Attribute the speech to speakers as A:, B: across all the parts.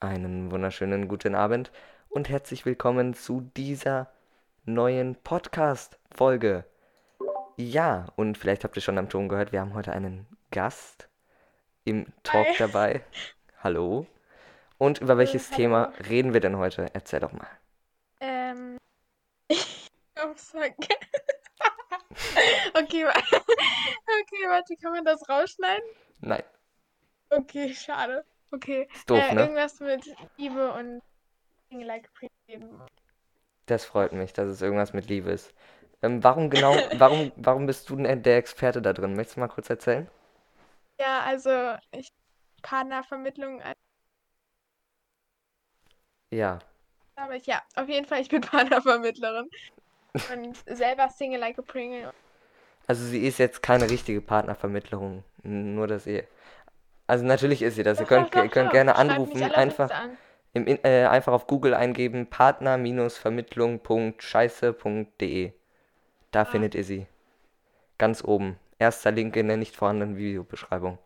A: Einen wunderschönen guten Abend und herzlich willkommen zu dieser neuen Podcast-Folge. Ja, und vielleicht habt ihr schon am Ton gehört, wir haben heute einen Gast im Talk
B: Hi.
A: dabei. Hallo. Und über welches
B: hallo.
A: Thema reden wir denn heute? Erzähl doch mal.
B: Ähm. Oh, fuck. okay, wa okay, warte, kann man das rausschneiden?
A: Nein,
B: Okay, schade. Okay.
A: ist doof,
B: äh,
A: ne?
B: Irgendwas mit Liebe und Ding like Prinzip.
A: Das freut mich, dass es irgendwas mit Liebe ist. Ähm, warum genau, warum, warum bist du denn der Experte da drin? Möchtest du mal kurz erzählen?
B: Ja, also ich Partnervermittlung,
A: Ja.
B: aber ich, ja, auf jeden Fall, ich bin Partnervermittlerin. Und selber Single like a Pringle.
A: Also sie ist jetzt keine richtige Partnervermittlung. N- Nur dass ihr. Also natürlich ist sie das. Ihr
B: Doch,
A: könnt,
B: doch,
A: ihr
B: doch,
A: könnt
B: doch.
A: gerne
B: Schreibt mich
A: anrufen,
B: alle
A: einfach,
B: bitte an.
A: im, In- äh, einfach auf Google eingeben, partner-vermittlung.scheiße.de.
B: Ah.
A: Da findet ihr sie. Ganz oben. Erster Link in der nicht vorhandenen Videobeschreibung.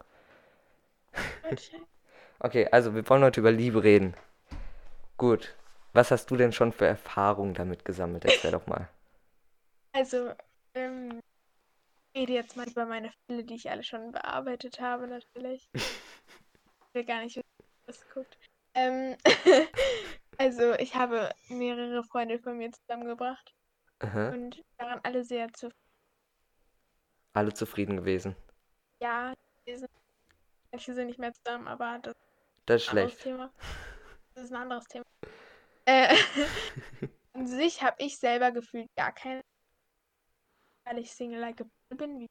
A: Okay, also wir wollen heute über Liebe reden. Gut. Was hast du denn schon für Erfahrungen damit gesammelt? Erzähl doch mal.
B: Also, ähm, ich rede jetzt mal über meine Fälle, die ich alle schon bearbeitet habe, natürlich. Ich will gar nicht wissen, was guckt. Ähm, also, ich habe mehrere Freunde von mir zusammengebracht
A: Aha.
B: und waren alle sehr zufrieden.
A: Alle zufrieden gewesen.
B: Ja, die sind, manche sind nicht mehr zusammen, aber das
A: Das ist
B: ist ein anderes
A: schlecht.
B: Thema. Das ist ein anderes Thema. Äh, an sich habe ich selber gefühlt gar keine, weil ich Single like a Pringle bin, wie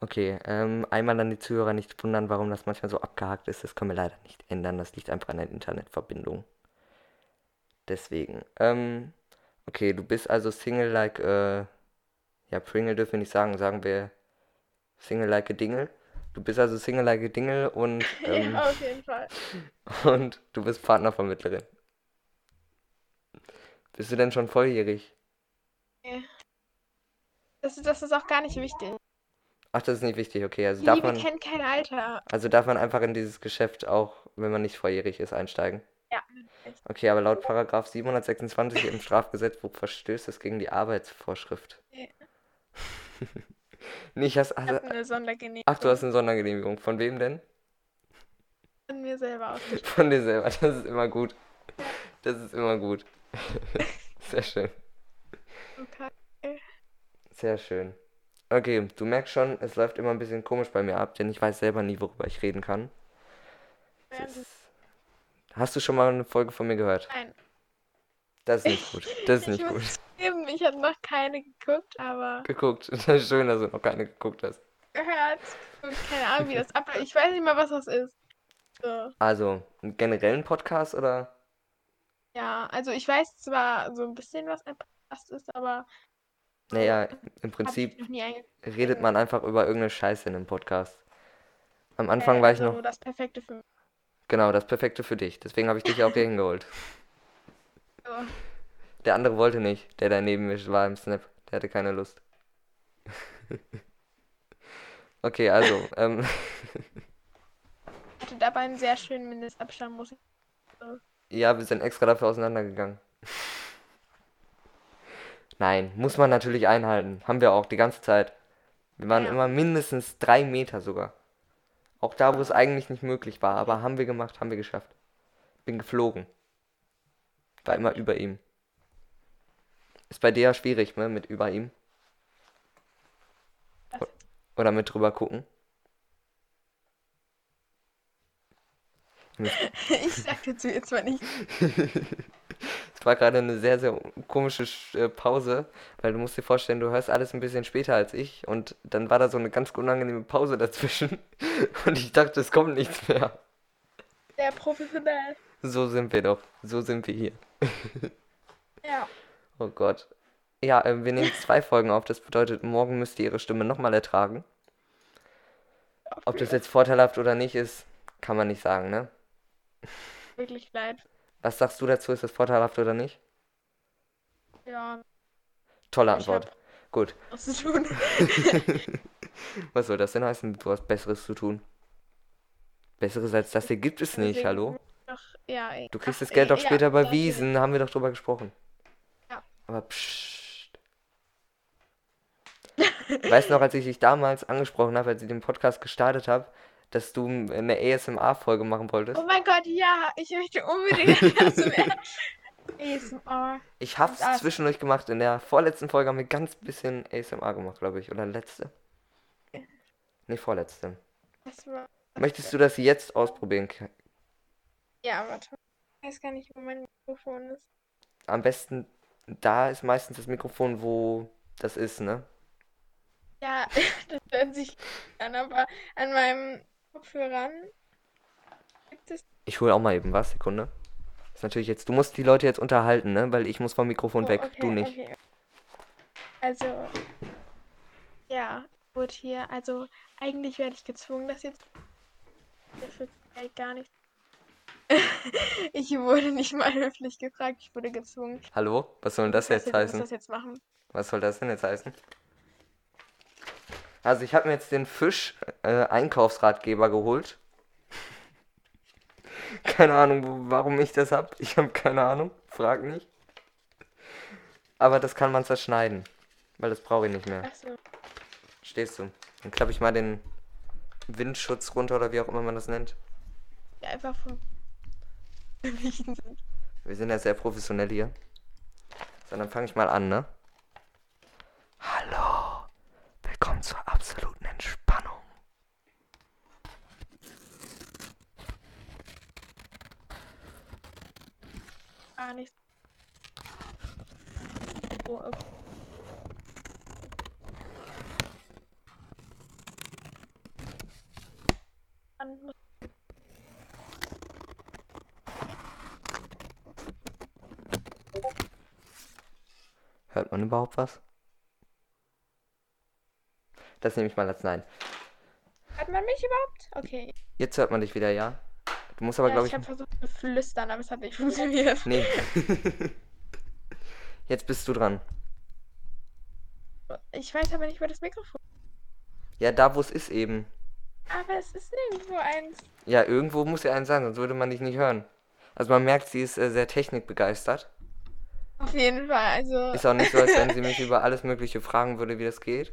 A: Okay, ähm, einmal an die Zuhörer nicht wundern, warum das manchmal so abgehakt ist. Das können wir leider nicht ändern. Das liegt einfach an der Internetverbindung. Deswegen. Ähm, okay, du bist also Single like, äh, ja, Pringle dürfen wir nicht sagen, sagen wir Single like a Dingle. Du bist also Single like a Dingle und, ähm,
B: Ja, auf jeden Fall.
A: und du bist Partnervermittlerin. Bist du denn schon volljährig?
B: Das, ist- das ist auch gar nicht wichtig.
A: Ach, das ist nicht wichtig, okay. Also
B: Die
A: darf
B: Liebe
A: man,
B: kennt kein Alter.
A: also darf man einfach in dieses Geschäft auch, wenn man nicht volljährig ist, einsteigen.
B: Ja, natürlich.
A: Okay, aber laut Paragraph 726 im Strafgesetzbuch verstößt es gegen die Arbeitsvorschrift.
B: Ja.
A: Nicht, hast,
B: Ich
A: hast,
B: habe eine Sondergenehmigung
A: ach, du hast eine Sondergenehmigung. Von wem denn?
B: von mir selber aus.
A: Von dir selber. Das ist immer gut. Das ist immer gut. Sehr schön.
B: Okay.
A: Sehr schön. Okay, du merkst schon, es läuft immer ein bisschen komisch bei mir ab, denn ich weiß selber nie, worüber ich reden kann. Es Ist... Hast du schon mal eine Folge von mir gehört?
B: Nein,
A: Das ist nicht gut. Das ist
B: ich
A: nicht gut.
B: muss zugeben, ich habe noch keine geguckt, aber
A: Geguckt. Das ist schön, dass du noch keine geguckt hast.
B: gehört. Und keine Ahnung, wie das abläuft. Ich weiß nicht mal, was das ist. So.
A: Also, einen generellen Podcast oder?
B: Ja, also ich weiß zwar so ein bisschen, was ein Podcast ist, aber
A: Naja, im
B: hab ich
A: Prinzip
B: noch nie eingeguckt.
A: redet man einfach über irgendeine Scheiße in einem Podcast. Am Anfang war ich
B: also
A: noch,
B: das Perfekte für mich.
A: genau, das Perfekte für dich. Deswegen habe ich dich ja auch hier hingeholt.
B: So.
A: Der andere wollte nicht, der da neben mir war im Snap. Der hatte keine Lust. Okay, also, ähm,
B: Ich hatte dabei einen sehr schönen Mindestabstand, muss ich
A: ja, wir sind extra dafür auseinandergegangen. Nein, muss man natürlich einhalten. Haben wir auch die ganze Zeit. Wir waren
B: Ja.
A: immer mindestens drei Meter sogar. Auch da, wo es eigentlich nicht möglich war, aber haben wir gemacht, haben wir geschafft. Bin geflogen. War immer über ihm. Ist bei dir ja schwierig, ne, mit über ihm.
B: Was?
A: O- Oder mit drüber gucken.
B: Ich sag dazu jetzt mal nicht.
A: Es war gerade eine sehr, sehr komische Sch- äh, Pause, weil du musst dir vorstellen, du hörst alles ein bisschen später als ich und dann war da so eine ganz unangenehme Pause dazwischen und ich dachte, es kommt nichts mehr.
B: Sehr professionell.
A: So sind wir doch. So sind wir hier.
B: Ja.
A: Oh Gott. Ja, ähm, wir nehmen zwei Folgen auf. Das bedeutet, morgen müsst ihr ihre Stimme nochmal ertragen. Ob das jetzt vorteilhaft oder nicht ist, kann man nicht sagen, ne?
B: Wirklich leid.
A: Was sagst du dazu? Ist das vorteilhaft oder nicht?
B: Ja,
A: Tolle
B: Ich hab-
A: Antwort. Gut.
B: was zu tun.
A: Was soll das denn heißen? Du hast Besseres zu tun. Besseres als das hier gibt es nicht,
B: Deswegen
A: hallo?
B: Doch, ja, ey.
A: Du kriegst
B: Ach,
A: das Geld
B: äh,
A: doch später
B: ja,
A: bei
B: natürlich.
A: Wiesen, haben wir doch drüber gesprochen.
B: Ja.
A: Aber pssst. Weißt du noch, als ich dich damals angesprochen habe, als ich den Podcast gestartet habe, dass du eine ASMR-Folge machen wolltest?
B: Oh mein Gott, ja, ich möchte unbedingt ASMR. ASMR.
A: Ich hab's
B: Ah.
A: zwischendurch gemacht. In der vorletzten Folge haben wir ganz bisschen ASMR gemacht, glaube ich. Oder letzte. Nee, vorletzte.
B: ASMR.
A: Möchtest du das jetzt ausprobieren? Ke-
B: Ja, warte. Ich weiß gar nicht, wo mein Mikrofon ist.
A: Am besten, da ist meistens das Mikrofon, wo das ist, ne?
B: Ja, das hört sich an, aber an meinem Kopfhörern gibt es.
A: Ich hole auch mal eben was, Sekunde. Ist natürlich jetzt, du musst die Leute jetzt unterhalten, ne? Weil ich muss vom Mikrofon
B: Oh,
A: weg,
B: okay,
A: du nicht.
B: okay. Also, ja, wurde hier. Also, eigentlich werde ich gezwungen, das jetzt. Dafür Geld gar nicht. Ich wurde nicht mal höflich gefragt, ich wurde gezwungen.
A: Hallo? Was soll denn das
B: Was
A: jetzt heißen?
B: Was das jetzt machen?
A: Was soll das denn jetzt heißen? Also ich habe mir jetzt den Fisch-Einkaufsratgeber geholt. keine Ahnung, wo- warum ich das hab. Ich habe keine Ahnung. Frag nicht. Aber das kann man zerschneiden. Weil das brauche ich nicht mehr.
B: Achso,
A: Stehst du? Dann klappe ich mal den Windschutz runter oder wie auch immer man das nennt.
B: einfach vom. Wie
A: Wir sind ja sehr professionell hier. So, dann fange ich mal an, ne? Hallo. Willkommen zur absoluten Entspannung.
B: gar nicht. Oh, okay. Dann muss-
A: Hört man überhaupt was? Das nehme ich mal als Nein.
B: Hört man mich überhaupt? Okay.
A: Jetzt hört man dich wieder, ja? Du musst aber,
B: ja,
A: glaube
B: ich
A: ich.
B: habe versucht zu flüstern, aber es hat nicht funktioniert.
A: Nee. Jetzt bist du dran.
B: Ich weiß aber nicht, wo das Mikrofon
A: Ja, da wo es ist eben.
B: Aber es ist irgendwo eins.
A: Ja, irgendwo muss ja ein sein, sonst würde man dich nicht hören. Also man merkt, sie ist äh, sehr technikbegeistert.
B: Auf jeden Fall. Also,
A: Ist auch nicht so, als wenn sie mich über alles Mögliche fragen würde, wie das geht.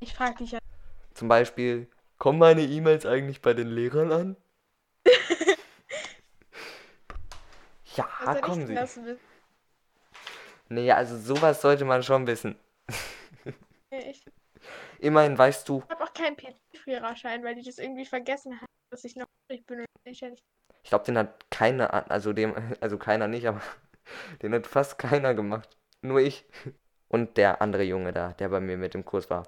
B: ich frage dich ja.
A: Zum Beispiel, kommen meine E-Mails eigentlich bei den Lehrern an? ja,
B: was soll ich
A: Ah, kommen
B: denn
A: sie.
B: das wissen?
A: Naja, also sowas sollte man schon wissen.
B: Ich
A: Immerhin weißt du,
B: habe auch keinen PC-Führerschein, weil die das irgendwie vergessen haben, dass ich noch übrig bin und ich ja nicht.
A: ich glaube, den hat keiner, an- also dem, also keiner nicht, aber den hat fast keiner gemacht. Nur ich. Und der andere Junge da, der bei mir mit im Kurs war.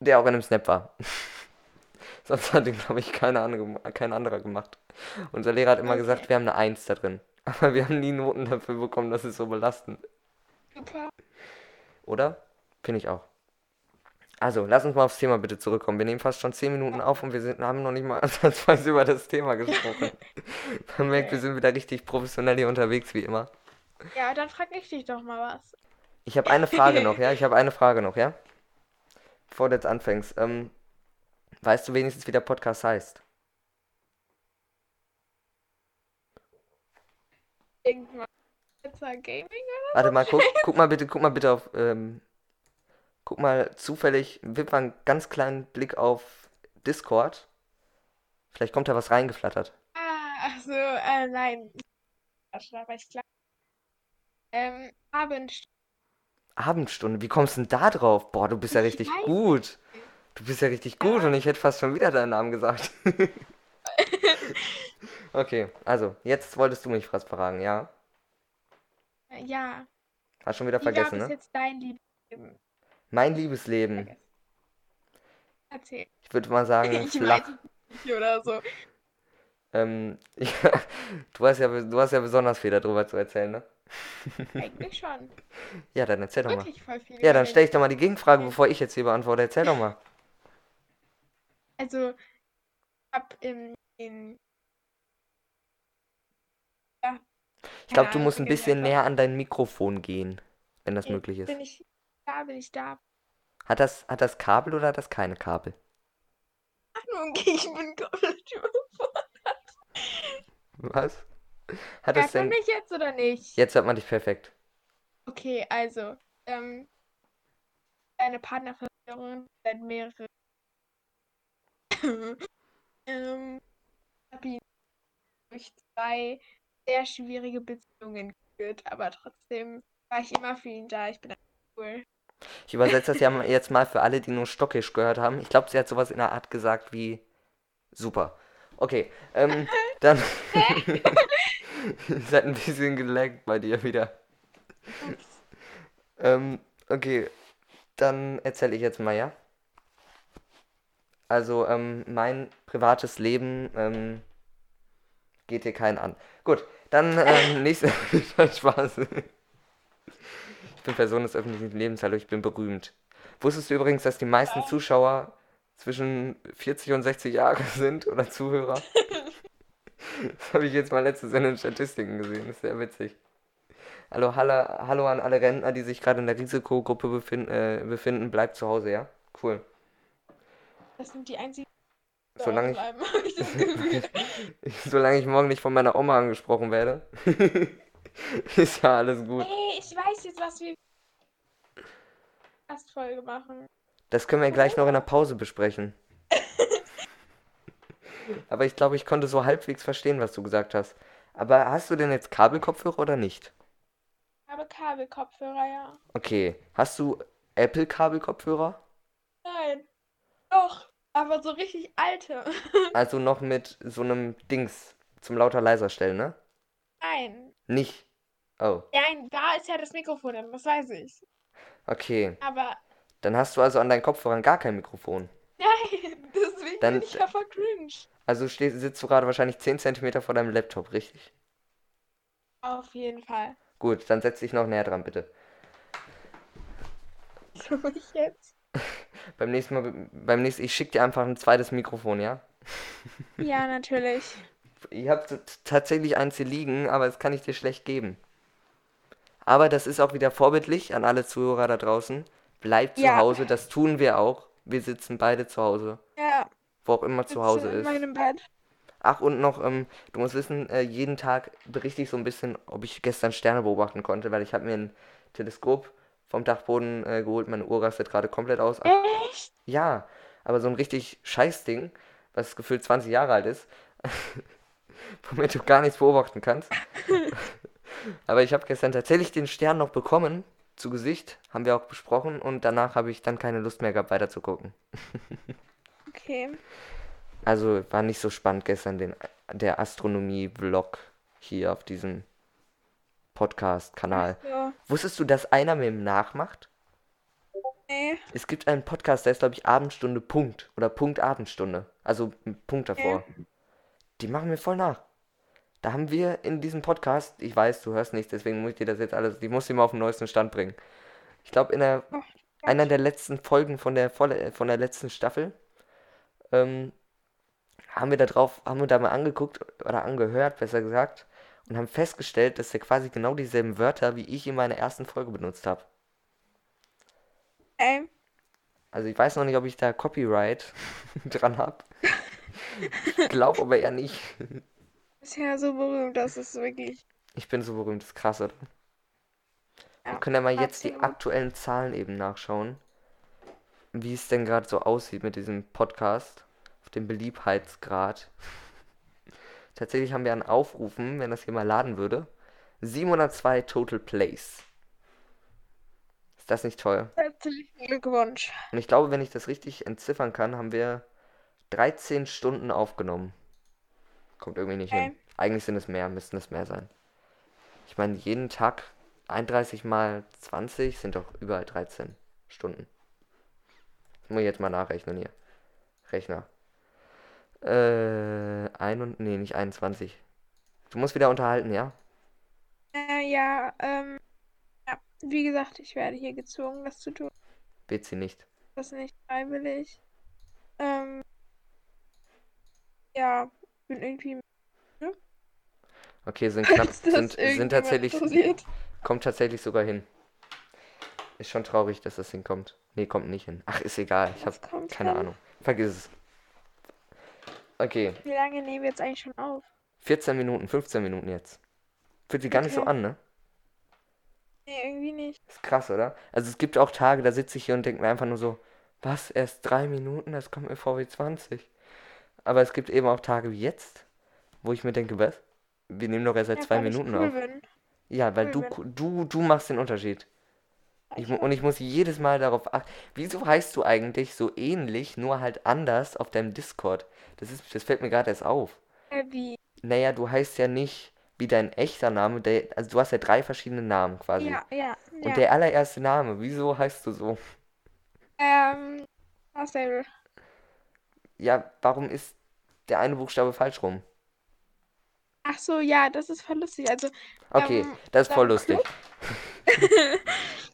A: Der auch in einem Snap war. Sonst hat den, glaube ich, keine andere, kein anderer gemacht. Unser Lehrer hat immer
B: Okay.
A: gesagt, wir haben eine Eins da drin. Aber wir haben nie Noten dafür bekommen, das ist so belastend.
B: Super.
A: Oder? Finde ich auch. Also, lass uns mal aufs Thema bitte zurückkommen. Wir nehmen fast schon 10 Minuten auf und wir sind, haben noch nicht mal ansatzweise über das Thema gesprochen. Man merkt, wir sind wieder richtig professionell hier unterwegs, wie immer.
B: Ja, dann frage ich dich doch mal was.
A: Ich habe eine Frage noch, ja? Ich habe eine Frage noch, ja? Bevor du jetzt anfängst. Ähm, weißt du wenigstens, wie der Podcast heißt?
B: Irgendwann. Jetzt mal Gaming?
A: Warte mal, guck, guck mal bitte, guck mal bitte auf, ähm, guck mal zufällig, wippt mal einen ganz kleinen Blick auf Discord. Vielleicht kommt da was reingeflattert.
B: Ah, ach so, äh, nein. Quatsch, Aber ich glaube. Ähm, Abend.
A: Abendstunde, wie kommst du denn da drauf? Boah, du bist ja
B: Ich
A: richtig
B: weiß
A: gut. Du bist ja richtig gut und ich hätte fast schon wieder deinen Namen gesagt. okay, also, jetzt wolltest du mich was fragen, ja?
B: Ja.
A: Hast schon wieder
B: Wie gab
A: vergessen,
B: es
A: ne?
B: jetzt dein Lieblingsleben?
A: Mein Liebesleben.
B: Erzähl.
A: Ich würde mal sagen,
B: Ich
A: Äh, flach.
B: weiß es nicht oder so.
A: Ähm, ja, du, hast ja, du hast ja besonders viel darüber zu erzählen, ne?
B: Eigentlich schon.
A: Ja, dann erzähl doch mal.
B: Wirklich voll viel.
A: Ja, dann
B: Überlegen.
A: stell ich doch mal die Gegenfrage, bevor ich jetzt hier beantworte. Erzähl doch mal.
B: Also, ich hab in. in ja,
A: Ich glaube, du musst ein bisschen
B: näher.
A: näher an dein Mikrofon gehen, wenn das möglich ist.
B: Bin ich da, bin ich da.
A: Hat das, hat das Kabel oder hat das keine Kabel?
B: Ahnung, ich bin komplett überfordert.
A: Was? Hat das
B: Merkt man
A: denn.
B: mich jetzt oder nicht?
A: Jetzt hört man dich perfekt.
B: Okay, also, ähm, eine Partnerverwirrung seit mehreren. ähm, hab ihn durch zwei sehr schwierige Beziehungen geführt, aber trotzdem war ich immer für ihn da. Ich bin einfach cool.
A: Ich übersetze das ja mal- jetzt mal für alle, die nur stockisch gehört haben. Ich glaube, sie hat sowas in der Art gesagt wie super. Okay, ähm, dann. Es hat ein bisschen gelangt bei dir wieder.
B: Ups.
A: Ähm, okay, dann erzähle ich jetzt mal, ja? Also, ähm, mein privates Leben, ähm, geht hier keinen an. Gut, dann, ähm, nächste. Spaß. Ich bin Person des öffentlichen Lebens, hallo, ich bin berühmt. Wusstest du übrigens, dass die meisten Zuschauer zwischen 40 und 60 Jahre sind oder Zuhörer? Das habe ich jetzt mal letztes in den Statistiken gesehen, das ist sehr witzig. Hallo, hallo, hallo an alle Rentner, die sich gerade in der Risikogruppe befinden, äh, befinden. Bleibt zu Hause, ja? Cool.
B: Das sind die einzigen, die
A: Solange ich,
B: bleiben, hab ich das Gefühl.
A: solange ich morgen nicht von meiner Oma angesprochen werde, ist ja alles gut.
B: Hey, ich weiß jetzt, was wir Gastfolge machen.
A: Das können wir gleich noch in der Pause besprechen. Aber ich glaube, ich konnte so halbwegs verstehen, was du gesagt hast. Aber hast du denn jetzt Kabelkopfhörer oder nicht?
B: Ich habe Kabelkopfhörer, ja.
A: Okay. Hast du Apple-Kabelkopfhörer?
B: Nein. Doch, aber so richtig alte.
A: Also noch mit so einem Dings zum lauter leiser stellen, ne?
B: Nein.
A: Nicht. Oh,
B: Nein, da ist ja das Mikrofon drin, das weiß ich.
A: okay.
B: Aber
A: Dann hast du also an deinen Kopfhörern gar kein Mikrofon.
B: nein, deswegen
A: Dann-
B: bin ich ja voll cringe.
A: Also steh, sitzt du gerade wahrscheinlich 10 cm vor deinem Laptop, richtig?
B: Auf jeden Fall.
A: Gut, dann setz dich noch näher dran, bitte.
B: So ich jetzt.
A: Beim nächsten Mal, beim nächsten, ich schicke dir einfach ein zweites Mikrofon, ja?
B: Ja, natürlich.
A: Ich habe t- tatsächlich eins hier liegen, aber das kann ich dir schlecht geben. Aber das ist auch wieder vorbildlich an alle Zuhörer da draußen. Bleibt zu
B: Ja.
A: Hause, das tun wir auch. Wir sitzen beide zu Hause,
B: Ja,
A: wo auch immer zu Hause
B: sitze in
A: ist.
B: meinem Bett.
A: Ach, und noch, ähm, du musst wissen, äh, jeden Tag berichte ich so ein bisschen, ob ich gestern Sterne beobachten konnte, weil ich habe mir ein Teleskop vom Dachboden äh, geholt. Meine Uhr rastet gerade komplett aus. Ach,
B: Echt?
A: ja, aber so ein richtig Scheißding, was gefühlt 20 Jahre alt ist, womit du gar nichts beobachten kannst. aber ich habe gestern tatsächlich den Stern noch bekommen, zu Gesicht, haben wir auch besprochen, und danach habe ich dann keine Lust mehr gehabt, weiterzugucken.
B: Okay.
A: Also war nicht so spannend gestern den, der Astronomie-Vlog hier auf diesem Podcast-Kanal.
B: So,
A: Wusstest du, dass einer mit ihm nachmacht?
B: nee.
A: Es gibt einen Podcast, der ist, glaube ich, Abendstunde Punkt oder Punkt Abendstunde. Also ein Punkt davor. Die machen mir voll nach. Da haben wir in diesem Podcast, ich weiß, du hörst nicht, deswegen muss ich dir das jetzt alles, ich muss dich mal auf den neuesten Stand bringen. Ich glaube, in der,
B: Ach,
A: einer der letzten Folgen von der, vorle- äh, von der letzten Staffel ähm, haben wir da drauf, haben wir da mal angeguckt oder angehört, besser gesagt, und haben festgestellt, dass er quasi genau dieselben Wörter, wie ich in meiner ersten Folge benutzt habe.
B: Ey,
A: Also ich weiß noch nicht, ob ich da Copyright dran habe. Ich glaube aber eher nicht.
B: ist ja so berühmt, das ist wirklich.
A: Ich bin so berühmt, das ist krass, oder? Wir
B: Ja,
A: können ja mal jetzt die
B: absolut.
A: aktuellen Zahlen eben nachschauen. Wie es denn gerade so aussieht mit diesem Podcast. Auf dem Beliebtheitsgrad. Tatsächlich haben wir an Aufrufen, wenn das hier mal laden würde, 702 Total Plays. Ist das nicht toll?
B: Herzlichen Glückwunsch.
A: Und ich glaube, wenn ich das richtig entziffern kann, haben wir 13 Stunden aufgenommen. Kommt irgendwie nicht hin.
B: Okay.
A: Eigentlich sind es mehr, müssten es mehr sein. Ich meine, jeden Tag 31 mal 20 sind doch überall 13 Stunden. Das muss ich jetzt mal nachrechnen hier. Rechner. Äh, ein und, nee, nicht 21. Du musst wieder unterhalten, ja?
B: Äh, ja, ähm, ja, wie gesagt, ich werde hier gezwungen, das zu tun.
A: Wird sie nicht.
B: Das ist nicht freiwillig. Ähm, ja, bin irgendwie
A: Okay, sind knapp,
B: Ist das
A: sind, sind
B: irgendjemand
A: tatsächlich,
B: interessiert?
A: Kommt tatsächlich sogar hin. Ist schon traurig, dass das hinkommt. Nee, kommt nicht hin. Ach, ist egal. Ich
B: Das
A: habe
B: kommt
A: keine
B: hin.
A: Ahnung. Vergiss es. Okay.
B: Wie lange nehmen wir jetzt eigentlich schon auf?
A: 14 Minuten, 15 Minuten jetzt. Fühlt sich gar nicht so
B: Okay.
A: an, ne?
B: Nee, irgendwie nicht.
A: Ist krass, oder? Also es gibt auch Tage, da sitze ich hier und denke mir einfach nur so, was, erst drei Minuten, das kommt mir vor wie 20. Aber es gibt eben auch Tage wie jetzt, wo ich mir denke, was? Wir nehmen doch erst seit
B: Ja,
A: zwei
B: weil ich
A: Minuten
B: cool
A: auf.
B: Bin.
A: Ja, weil du,
B: cool
A: du, du machst den Unterschied. Ich, mu-
B: weiß.
A: und ich muss jedes Mal darauf achten. Wieso heißt du eigentlich so ähnlich, nur halt anders auf deinem Discord? Das, ist, das fällt mir gerade erst auf.
B: Äh, wie?
A: Naja, du heißt ja nicht wie dein echter Name. Der, also du hast ja drei verschiedene Namen quasi.
B: Ja, ja,
A: Und
B: ja.
A: der allererste Name, wieso heißt du so?
B: Ähm, Marcel.
A: Ja, warum ist der eine Buchstabe falsch rum?
B: Ach so, ja, das ist voll lustig. Also
A: Okay,
B: Ähm,
A: das ist voll
B: dann-
A: lustig.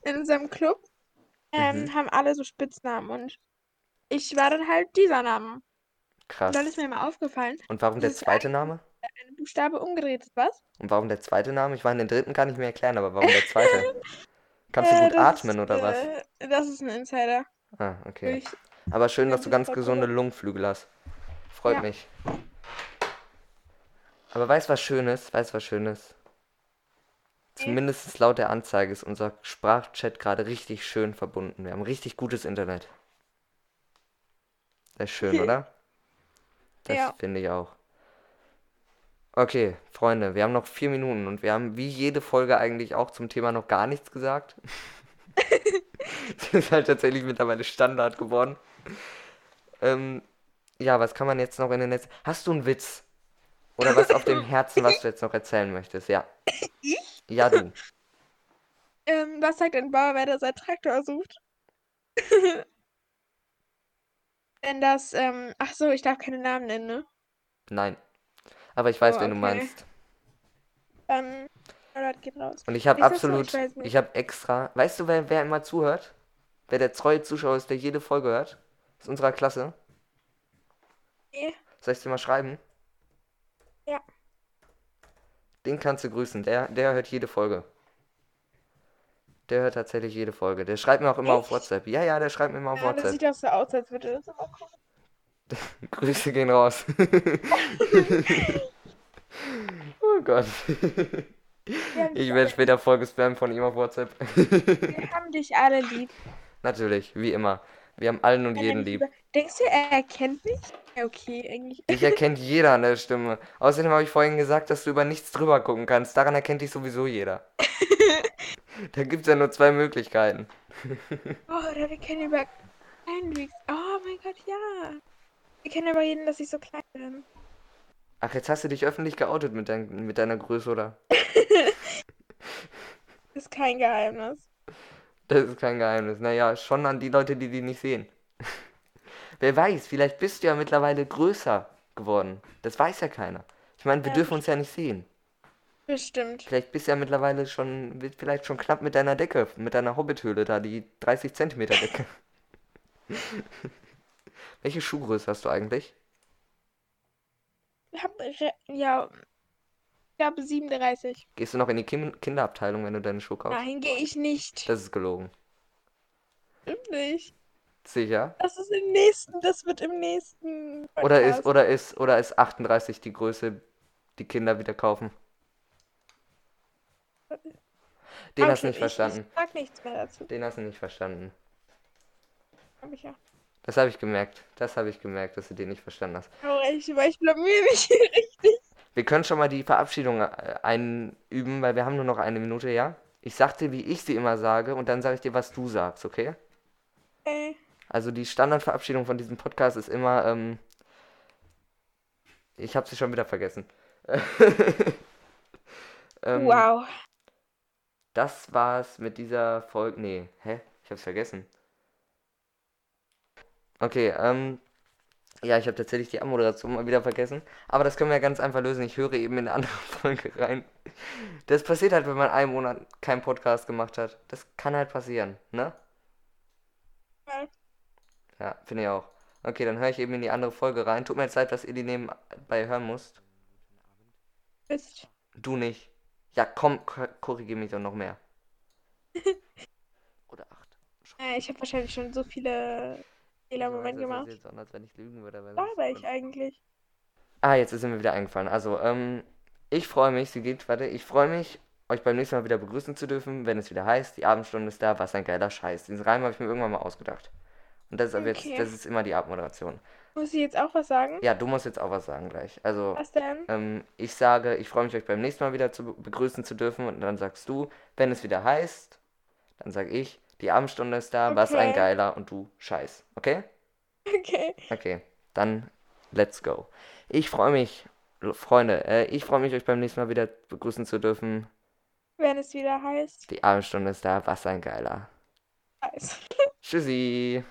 B: in unserem Club ähm,
A: Mhm.
B: haben alle so Spitznamen und ich war dann halt dieser Name.
A: Krass.
B: Und dann ist mir mal aufgefallen,
A: Und warum der
B: dieses
A: zweite Name?
B: ein Buchstabe umgedreht ist, was?
A: Und warum der zweite Name? Ich meine, den dritten kann ich mir erklären, aber warum der zweite? Kannst du
B: Äh,
A: gut
B: das ist,
A: atmen oder was?
B: Äh, das ist ein Insider.
A: Ah, okay.
B: Durch
A: Aber schön, dass
B: Ja,
A: du
B: das
A: ganz
B: war
A: gesunde Lungenflügel hast. Freut
B: Ja.
A: mich. Aber weißt was Schönes? Weißt was Schönes?
B: Nee.
A: Zumindest laut der Anzeige ist unser Sprachchat gerade richtig schön verbunden. Wir haben richtig gutes Internet. Das ist schön, oder? Das
B: Ja.
A: finde ich auch. Okay, Freunde, wir haben noch vier Minuten und wir haben wie jede Folge eigentlich auch zum Thema noch gar nichts gesagt. das ist halt tatsächlich mittlerweile Standard geworden. Ähm, ja, was kann man jetzt noch in den letzten. Hast du einen Witz? Oder was auf dem Herzen, was du jetzt noch erzählen möchtest? Ja. Ja, du.
B: Ähm, was sagt ein Bauarbeiter, sein Traktor sucht? Wenn das, ähm, ach so, ich darf keine Namen nennen, ne?
A: Nein. Aber ich weiß,
B: Oh,
A: wen du
B: okay.
A: meinst.
B: Dann, oder Ähm, geht raus.
A: Und ich habe
B: Ich sag's doch,
A: absolut,
B: ich weiß
A: ich,
B: nicht.
A: habe extra, weißt du, wer, wer immer zuhört? Wer der treue Zuschauer ist, der jede Folge hört? Aus unserer Klasse.
B: Nee.
A: Soll ich dir mal schreiben?
B: Ja.
A: Den kannst du grüßen, der, der hört jede Folge. Der hört tatsächlich jede Folge. Der schreibt mir auch immer auf
B: Echt?
A: WhatsApp. Ja, ja, der schreibt mir immer auf
B: Ja, das
A: WhatsApp.
B: sieht doch so aus, als würde das aber cool.
A: Grüße gehen raus. oh Gott.
B: Wir haben,
A: Ich werde später vollgespammt von ihm auf WhatsApp.
B: wir haben dich alle lieb.
A: Natürlich, wie immer. Wir haben allen und
B: Wenn er
A: jeden
B: nicht
A: lieb.
B: über- Denkst du, er erkennt mich? Ja, okay, eigentlich.
A: Dich erkennt jeder an der Stimme. Außerdem habe ich vorhin gesagt, dass du über nichts drüber gucken kannst. Daran erkennt dich sowieso jeder. da gibt es ja nur zwei Möglichkeiten.
B: Oh, oder wir können über Kleinwüchs. Oh mein Gott, ja. Wir können darüber reden, dass ich so klein bin.
A: Ach, jetzt hast du dich öffentlich geoutet mit, dein, mit deiner Größe, oder?
B: Das ist kein Geheimnis.
A: Das ist kein Geheimnis. Naja, schon an die Leute, die die nicht sehen. Wer weiß, vielleicht bist du ja mittlerweile größer geworden. Das weiß ja keiner. Ich meine, wir
B: Ja,
A: dürfen uns ja nicht sehen.
B: Bestimmt.
A: Vielleicht bist du ja mittlerweile schon, wird vielleicht schon knapp mit deiner Decke, mit deiner Hobbithöhle da, die 30 Zentimeter Decke. Welche Schuhgröße hast du eigentlich?
B: Ich hab re- ja. Ich glaube 37.
A: Gehst du noch in die Kim Kinderabteilung, wenn du deine Schuhe kaufst?
B: Nein, gehe ich nicht.
A: Das ist gelogen.
B: Stimmt nicht.
A: Sicher?
B: Das ist im nächsten, das wird im nächsten.
A: Oder ist,
B: Podcast.
A: oder ist, oder ist 38 die Größe, die Kinder wieder kaufen? Den hast du
B: Okay,
A: nicht
B: ich-
A: verstanden.
B: Ich sag nichts mehr dazu.
A: Den hast du nicht verstanden.
B: Hab ich auch.
A: Das habe ich gemerkt. Das habe ich gemerkt, dass du den nicht verstanden hast.
B: Aber Oh, ich, aber ich blamier mich hier richtig.
A: Wir können schon mal die Verabschiedung äh, einüben, weil wir haben nur noch eine Minute, ja? Ich sag dir, wie ich sie immer sage, und dann sage ich dir, was du sagst, okay?
B: Ey.
A: Also die Standardverabschiedung von diesem Podcast ist immer, ähm, ich habe sie schon wieder vergessen. ähm,
B: wow.
A: Das war's mit dieser Folge. Nee, hä? Ich hab's vergessen. Okay, ähm. Ja, ich habe tatsächlich die Anmoderation mal wieder vergessen. Aber das können wir ja ganz einfach lösen. Ich höre eben in eine andere Folge rein. Das passiert halt, wenn man einen Monat keinen Podcast gemacht hat. Das kann halt passieren, ne?
B: Ja.
A: Ja, finde ich auch. Okay, dann höre ich eben in die andere Folge rein. Tut mir jetzt leid, dass ihr die nebenbei hören musst.
B: Bist.
A: Du nicht. Ja, komm, kor- korrigier mich doch noch mehr. Oder acht.
B: Äh, ich habe wahrscheinlich schon so viele Fehler im Moment
A: Wieso heißt das
B: gemacht.
A: jetzt anders, wenn ich lügen würde? aber
B: Was
A: sonst-
B: laber ich eigentlich?
A: Ah, jetzt ist mir wieder eingefallen. Also, ähm, ich freue mich, sie geht, warte, ich freue mich, euch beim nächsten Mal wieder begrüßen zu dürfen, wenn es wieder heißt, die Abendstunde ist da, was ein geiler Scheiß. Diesen Reim habe ich mir irgendwann mal ausgedacht. Und das ist aber
B: Okay.
A: jetzt, das ist immer die Abmoderation.
B: Muss ich jetzt auch was sagen?
A: Ja, du musst jetzt auch was sagen gleich. Also,
B: Was denn?
A: ähm, ich sage, ich freue mich, euch beim nächsten Mal wieder zu be- begrüßen zu dürfen. Und dann sagst du, wenn es wieder heißt, dann sage ich, die Abendstunde ist da, was ein
B: Okay.
A: geiler und du Scheiß. Okay?
B: Okay.
A: Okay, dann let's go. Ich freue mich, L- Freunde, äh, ich freue mich, euch beim nächsten Mal wieder begrüßen zu dürfen.
B: Wenn es wieder heißt.
A: Die Abendstunde ist da, was ein Geiler.
B: Scheiße.
A: Tschüssi.